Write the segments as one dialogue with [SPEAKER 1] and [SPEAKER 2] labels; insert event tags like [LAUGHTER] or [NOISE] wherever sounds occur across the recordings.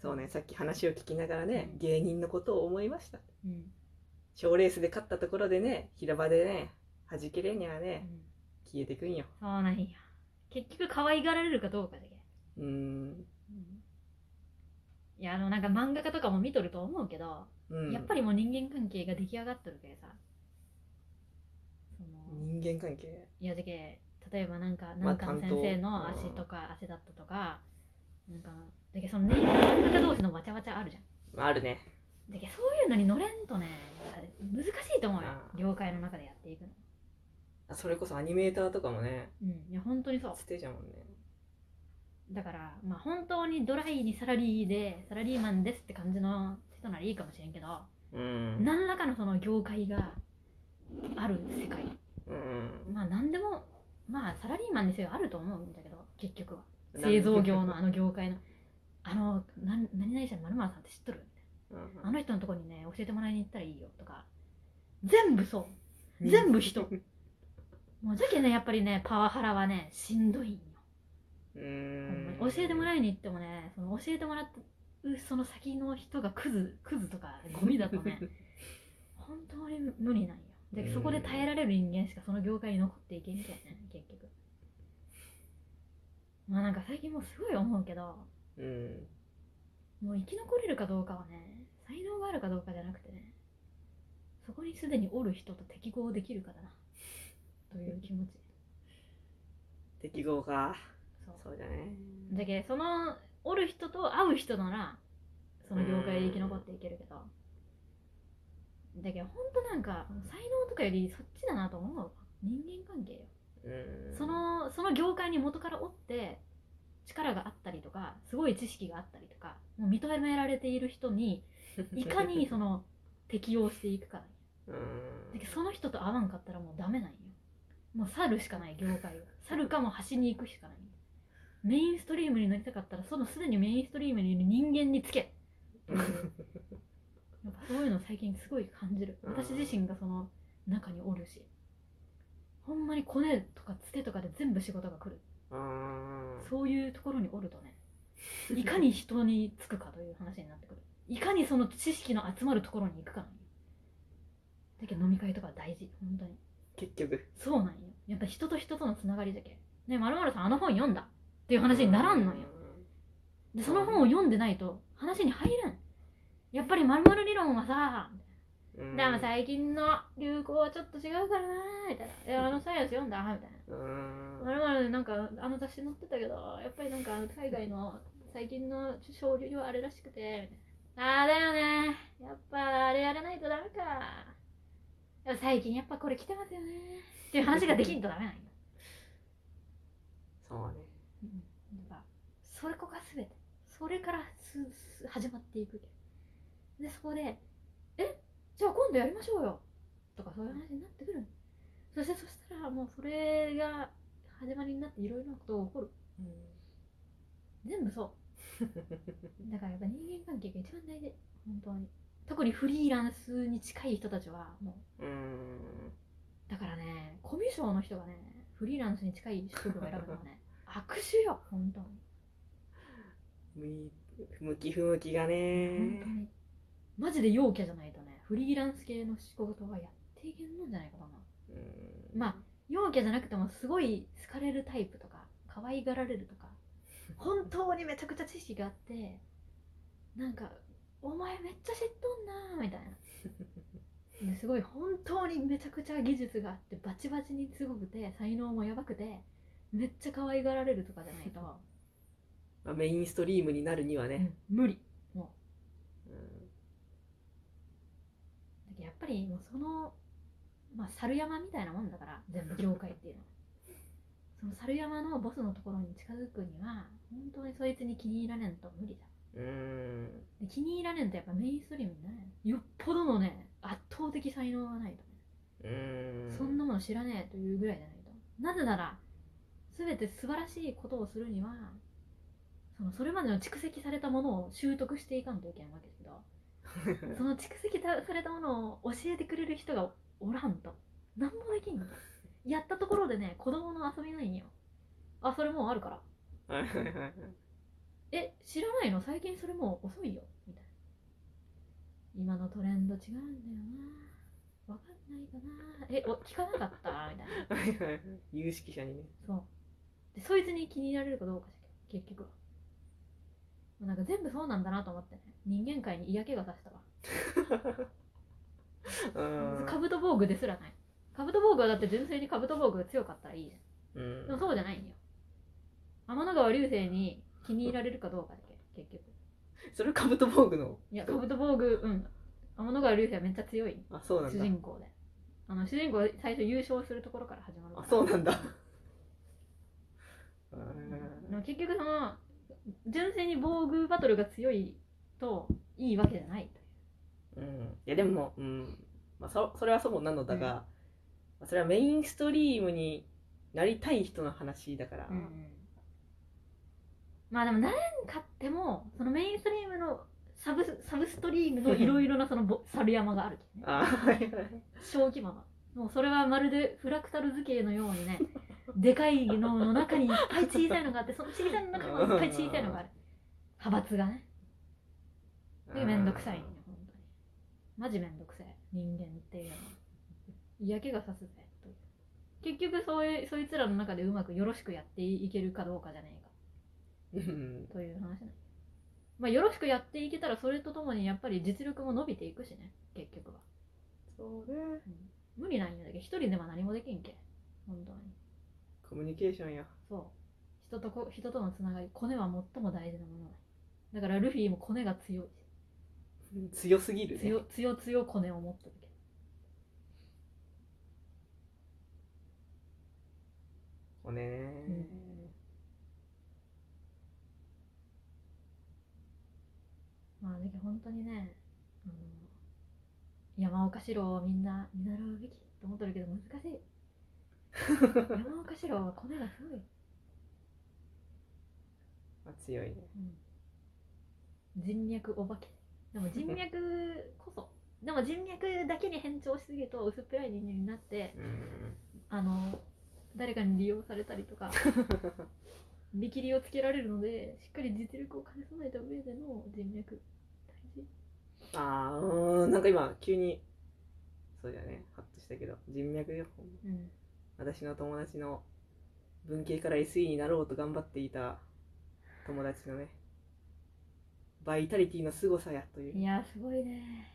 [SPEAKER 1] そうねさっき話を聞きながらね、
[SPEAKER 2] うん
[SPEAKER 1] 芸人のことを思いました
[SPEAKER 2] うん
[SPEAKER 1] 賞レースで勝ったところでね平場でね弾けれにゃあ
[SPEAKER 2] う
[SPEAKER 1] ね
[SPEAKER 2] ん
[SPEAKER 1] 消えてくんよ
[SPEAKER 2] そうなんや結局可愛がられるかどうかだけ、
[SPEAKER 1] うーん
[SPEAKER 2] いやあのなんか漫画家とかも見とると思うけど、
[SPEAKER 1] うん
[SPEAKER 2] やっぱりもう人間関係が出来上がっとるけさその
[SPEAKER 1] 人間関係
[SPEAKER 2] いやじゃけ例えばなんか
[SPEAKER 1] まあ
[SPEAKER 2] 難
[SPEAKER 1] 担
[SPEAKER 2] 関先
[SPEAKER 1] 当
[SPEAKER 2] 生の足とか足だったとか、なんかだけそのね漫画家同士のわちゃわちゃあるじゃん
[SPEAKER 1] あるね
[SPEAKER 2] だけそういうのに乗れんとね難しいと思うよ
[SPEAKER 1] あー
[SPEAKER 2] 業界の中でやっていくの
[SPEAKER 1] あそれこそアニメーターとかもね
[SPEAKER 2] うんいや本当にそう
[SPEAKER 1] ステージやもんね
[SPEAKER 2] だからまあ本当にドライにサラリーでサラリーマンですって感じの人ならいいかもしれんけど、
[SPEAKER 1] うん
[SPEAKER 2] 何らかのその業界がある世界
[SPEAKER 1] うん
[SPEAKER 2] まあ何でもまあサラリーマンにせよあると思うんだけど結局は製造業のあの業界のあのなん何々社の○○さんって知っとる
[SPEAKER 1] うん
[SPEAKER 2] あの人のとこにね教えてもらいに行ったらいいよとか全部そう全部人もうじゃけねやっぱりねパワハラはねしんどいんよ
[SPEAKER 1] う
[SPEAKER 2] ほ
[SPEAKER 1] ん
[SPEAKER 2] んまに教えても
[SPEAKER 1] え
[SPEAKER 2] らいに行ってもねその教えてもらうその先の人がクズクズとかゴミだと
[SPEAKER 1] [LAUGHS]
[SPEAKER 2] ね本当に無理なんよ
[SPEAKER 1] う
[SPEAKER 2] で
[SPEAKER 1] ん
[SPEAKER 2] そこで耐えられる人間しかその業界に残っていけんけんね結局まあなんか最近もうすごい思うけど
[SPEAKER 1] うん
[SPEAKER 2] もう生き残れるかどうかはね才能があるかどうかじゃなくてねそこにすでにおる人と適合できるかだなという気持ち
[SPEAKER 1] 適合か
[SPEAKER 2] そう
[SPEAKER 1] そうだね
[SPEAKER 2] だけどそのおる人と会う人ならその業界で生き残っていけるけどだけどほんとなんか才能とかよりそっちだなと思うわ人間関係よ
[SPEAKER 1] うん
[SPEAKER 2] そのその業界に元からおって力があったりとかすごい知識があったりとかもう認められている
[SPEAKER 1] [LAUGHS]
[SPEAKER 2] 人にいかにその適応していくかだ
[SPEAKER 1] うん
[SPEAKER 2] けどその人と合わんかったらもうダメなんよもう去るしかない業界を
[SPEAKER 1] [LAUGHS]
[SPEAKER 2] 去るかも端に行くしかないメインストリームになりたかったらそのすでにメインストリームにいる人間につけっていうやっぱそういうの最近すごい感じる
[SPEAKER 1] うん
[SPEAKER 2] 私自身がその中におるしほんまにコネとかつてとかで全部仕事が来る
[SPEAKER 1] うん
[SPEAKER 2] [LAUGHS] そういうところにおるとねいかに人につくかという話になってくるいかにその知識の集まるところに行くかなんよだけど飲み会とかは大事本当に
[SPEAKER 1] 結局
[SPEAKER 2] そうなんよやっぱ人と人とのつながりじゃけねまるまるさんあの本読んだっていう話にならんのよでその本を読んでないと話に入らんやっぱりまるまる理論はさ
[SPEAKER 1] うん
[SPEAKER 2] でも最近の流行はちょっと違うからなみたいな「いやあのサイエンス読んだ」みたい
[SPEAKER 1] う
[SPEAKER 2] な
[SPEAKER 1] ん
[SPEAKER 2] 我々なんかあの雑誌載ってたけどやっぱりなんかあの海外の最近の潮流はあれらしくてああだよねやっぱあれやらないとダメかでも最近やっぱこれ来てますよねっていう話ができんとダメなんよ、
[SPEAKER 1] そうね
[SPEAKER 2] うん、やっぱそれこが全てそれからすす始まっていくでそこで「えじゃあ今度やりましょうよ」とかそういう話になってくるそしてそしたらもうそれが始まりになっていろいろなことが起こる全部そうだからやっぱ人間関係が一番大事本当に特にフリーランスに近い人たちはも
[SPEAKER 1] うん
[SPEAKER 2] うだからねコミュ障の人がねフリーランスに近い職業を選ぶのはね悪手よ本当に
[SPEAKER 1] 向い向き不向きがね
[SPEAKER 2] 本当にマジで陽キャじゃないとねフリーランス系の仕事はやっていけんのんじゃないかな
[SPEAKER 1] うん
[SPEAKER 2] まあ陽キャじゃなくてもすごい好かれるタイプとか可愛がられるとか本当にめちゃくちゃ知識があってなんか「お前めっちゃ知っとんな」みたいなですごい本当にめちゃくちゃ技術があってバチバチにすごくて才能もやばくてめっちゃ可愛がられるとかじゃないと、
[SPEAKER 1] まあメインストリームになるにはね
[SPEAKER 2] 無理
[SPEAKER 1] うん
[SPEAKER 2] だけどやっぱりもうその、まあ、猿山みたいなもんだから全部業界っていうのはその猿山のボスのところに近づくには本当にそいつに気に入られんと無理だ
[SPEAKER 1] うん
[SPEAKER 2] で気に入られんとやっぱメインストリームになれんよっぽどのね圧倒的才能がないと、
[SPEAKER 1] うん
[SPEAKER 2] そんなもの知らねえというぐらいじゃないとなぜなら全て素晴らしいことをするにはそのそれまでの蓄積されたものを習得していかんといけないわけだけ
[SPEAKER 1] [LAUGHS]
[SPEAKER 2] どその蓄積されたものを教えてくれる人がおらんと何もできんのやったところでね子供の遊びないんよあそれもうあるから
[SPEAKER 1] はいはいはいはい
[SPEAKER 2] え知らないの最近それもう遅いよみたいな今のトレンド違うんだよなわかんないかなえお聞かなかったみたいな
[SPEAKER 1] 有識者にね
[SPEAKER 2] そうでそいつに気に入られるかどうかしけ結局はもうなんか全部そうなんだなと思ってね人間界に嫌気がさしたわ
[SPEAKER 1] うん
[SPEAKER 2] カブト防具ですらないカブト防具はだって純粋にカブト防具が強かったらいいじ
[SPEAKER 1] う
[SPEAKER 2] ゃ
[SPEAKER 1] ん
[SPEAKER 2] んでもそうじゃないんよ天の川流星に気に入られるかどうかだけ結局
[SPEAKER 1] それカブト防具の
[SPEAKER 2] いやカブト防具うん天の川流星はめっちゃ強い
[SPEAKER 1] あそうな
[SPEAKER 2] 主
[SPEAKER 1] んだ
[SPEAKER 2] 人公であの主人公は最初優勝するところから始まるから
[SPEAKER 1] あそうなんだう
[SPEAKER 2] で
[SPEAKER 1] ん
[SPEAKER 2] も結局その純粋に防具バトルが強いといいわけじゃないという
[SPEAKER 1] うんいやでも、うんまあ、そそれはそうなのだが、まあそれはメインストリームになりたい人の話だから、
[SPEAKER 2] まあでも何買ってもそのメインストリームのサブスサブストリームのいろいろなそのぼ猿山があるけ
[SPEAKER 1] [LAUGHS]
[SPEAKER 2] どね
[SPEAKER 1] あはいはい
[SPEAKER 2] 小規模のもうそれはまるでフラクタル図形のようにね [LAUGHS] でかいのの中にいっぱい小さいのがあってその小さいの中にもいっぱい小さいのがある派閥がねでめんどくさいんよ本当にマジめんどくさい人間っていうのは嫌気がさすぜという結局そういうそいつらの中でうまくよろしくやっていけるかどうかじゃねえか
[SPEAKER 1] うん
[SPEAKER 2] という話なんだまあよろしくやっていけたらそれとともにやっぱり実力も伸びていくしね結局は、
[SPEAKER 1] そうね
[SPEAKER 2] うん無理なんやだけど一人では何もできんけ本当に
[SPEAKER 1] コミュニケーションや [LAUGHS]
[SPEAKER 2] そう人とこ人とのつながりコネは最も大事なものだだからルフィもコネが強い
[SPEAKER 1] 強すぎるね
[SPEAKER 2] 強強強コネを持ってるけ
[SPEAKER 1] おね
[SPEAKER 2] うんどまあだけど本当にねあの山岡四郎をみんな見習うべきと思ってるけど難し [LAUGHS] い山岡四郎はコネがすごい
[SPEAKER 1] まあ強いね
[SPEAKER 2] うん人脈お化けでも人脈こそでも人脈だけに偏重しすぎると薄っぺらい人間になって
[SPEAKER 1] うん
[SPEAKER 2] あの誰かに利用されたりと [LAUGHS] か見切りをつけられるのでしっかり実力を兼ね備えた上での人脈大事
[SPEAKER 1] あーうーんなんか今急にそうだよねハッとしたけど人脈よほんま
[SPEAKER 2] うん
[SPEAKER 1] 私の友達の文系から SE になろうと頑張っていた友達のねバイタリティの凄さやという
[SPEAKER 2] いやすごいね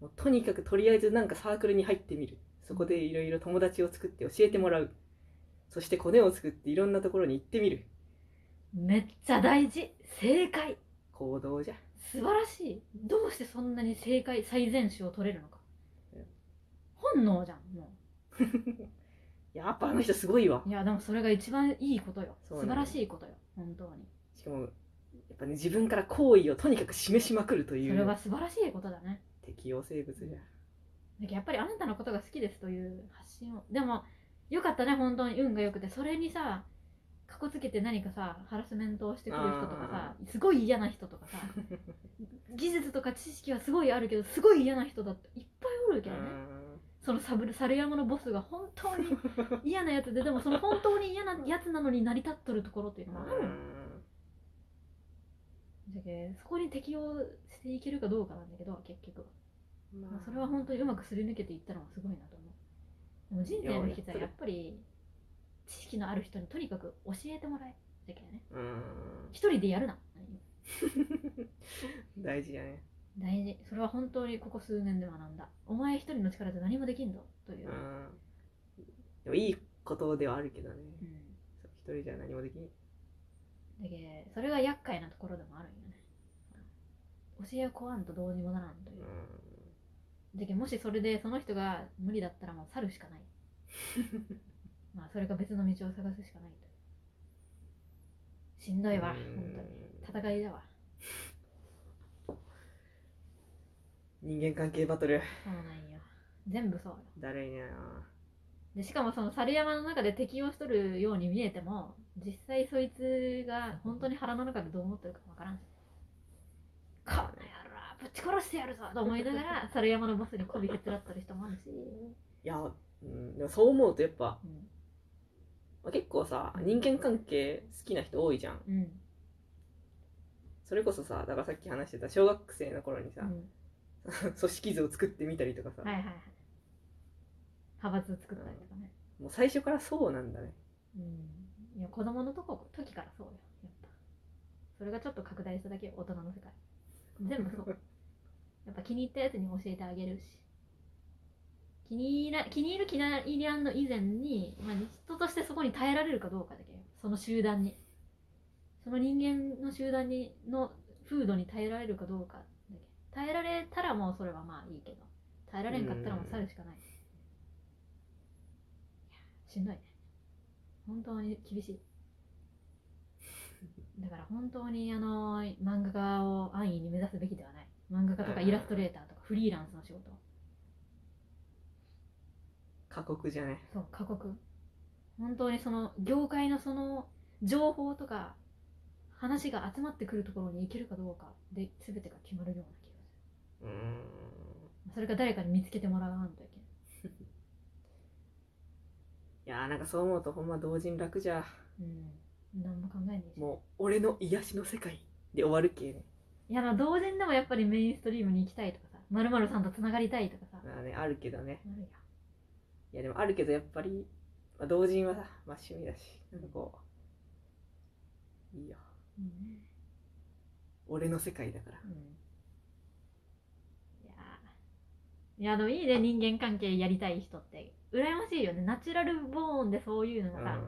[SPEAKER 1] もうとにかくとりあえずなんかサークルに入ってみるそこでいろいろ友達を作って教えてもらうそしてコネを作っていろんなところに行ってみる
[SPEAKER 2] めっちゃ大事正解
[SPEAKER 1] 行動じゃ
[SPEAKER 2] 素晴らしいどうしてそんなに正解最善手を取れるのか
[SPEAKER 1] うん
[SPEAKER 2] 本能じゃんもう
[SPEAKER 1] やっぱあの人すごいわ
[SPEAKER 2] いやでもそれが一番いいことよ
[SPEAKER 1] そう
[SPEAKER 2] 素
[SPEAKER 1] なの
[SPEAKER 2] 晴らしいことよ本当に
[SPEAKER 1] しかもやっぱね自分から好意をとにかく示しまくるとい
[SPEAKER 2] それは
[SPEAKER 1] う
[SPEAKER 2] 素晴らしいことだね
[SPEAKER 1] 適応生物じゃ
[SPEAKER 2] だけどやっぱりあなたのことが好きですという発信をでもよかったね本当に運が良くてそれにさかこつけて何かさハラスメントをしてくる人とかさすごい嫌な人とかさ技術とか知識はすごいあるけどすごい嫌な人だっていっぱいおるけどねそのサブル猿山のボスが本当に嫌なやつででもその本当に嫌なやつなのに成り立っとるところっていうのもあるのだけどそこに適応していけるかどうかなんだけど結局、
[SPEAKER 1] うん
[SPEAKER 2] まあ、それは本当にうまくすり抜けていったのがすごいなと思うでも人生の秘訣はやっぱり知識のある人にとにかく教えてもらえだけどね
[SPEAKER 1] うん
[SPEAKER 2] 一人でやるな
[SPEAKER 1] 大事やね
[SPEAKER 2] 大事それは本当にここ数年で学んだお前一人の力で何もできんぞというう、
[SPEAKER 1] んでもいいことではあるけどね
[SPEAKER 2] うん、
[SPEAKER 1] 一人じゃ何もできん
[SPEAKER 2] だけどそれが厄介なところでもあるんよね教えを請わんとどうにもならんといううんだけどもしそれでその人が無理だったらもう去るしかないまあそれか別の道を探すしかないとしんどいわ
[SPEAKER 1] うん
[SPEAKER 2] 本当に戦いだわ
[SPEAKER 1] 人間関係バトル
[SPEAKER 2] そうなんよ全部そうよ
[SPEAKER 1] だるいな
[SPEAKER 2] でしかもその猿山の中で敵をしとるように見えても実際そいつが本当に腹の中でどう思ってるかわからんしこの野郎ぶち殺してやるぞと思いながら猿山のボスに媚びへつらってる人もあるし、
[SPEAKER 1] いや、うん、でもそう思うとやっぱ、
[SPEAKER 2] うん
[SPEAKER 1] まあ結構さ人間関係好きな人多いじゃん
[SPEAKER 2] うん
[SPEAKER 1] それこそさだからさっき話してた小学生の頃にさ、
[SPEAKER 2] うん
[SPEAKER 1] 組織図を作ってみたりとかさ、
[SPEAKER 2] はいはいはい派閥を作ったりとかね、
[SPEAKER 1] もう最初からそうなんだね
[SPEAKER 2] うん、いや子供のとこ時からそうよやっぱそれがちょっと拡大しただけよ大人の世界全部そうやっぱ気に入ったやつに教えてあげるし気に入ら気に入る気に入らんの以前に、まあ、人としてそこに耐えられるかどうかだけよその集団にその人間の集団にの風土に耐えられるかどうかだけ耐えられたらもうそれはまあいいけど耐えられんかったらもう去るしかないいやしんどいね本当に厳しいだから本当にあの漫画家を安易に目指すべきではない漫画家とかイラストレーターとかフリーランスの仕事
[SPEAKER 1] 過酷じゃね
[SPEAKER 2] そう過酷本当にその業界のその情報とか話が集まってくるところに行けるかどうかで全てが決まるような気がする
[SPEAKER 1] うーん
[SPEAKER 2] それか誰かに見つけてもらわんといけない
[SPEAKER 1] いやーなんかそう思うとほんま同人楽じゃ
[SPEAKER 2] うん何も考えないし
[SPEAKER 1] もう俺の癒しの世界で終わるけね
[SPEAKER 2] いやな同人でもやっぱりメインストリームに行きたいとかさまるさんとつながりたいとかさ
[SPEAKER 1] まあねあるけどね
[SPEAKER 2] なるや
[SPEAKER 1] いやでもあるけどやっぱり、まあ、同人はさ、まあ、趣味だしなんかこういいよ
[SPEAKER 2] ん、うん
[SPEAKER 1] 俺の世界だから
[SPEAKER 2] いやーいやでもいいね人間関係やりたい人って羨ましいよねナチュラルボーンでそういうのがさ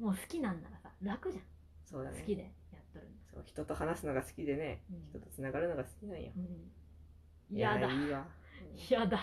[SPEAKER 1] う、ん、
[SPEAKER 2] もう好きなんならさ楽じゃん、
[SPEAKER 1] そうだね
[SPEAKER 2] 好きでやっとる
[SPEAKER 1] そう人と話すのが好きでね
[SPEAKER 2] の、
[SPEAKER 1] 人とつながるのが好きなんよ
[SPEAKER 2] うん、嫌だ
[SPEAKER 1] いやいいわ
[SPEAKER 2] 嫌だ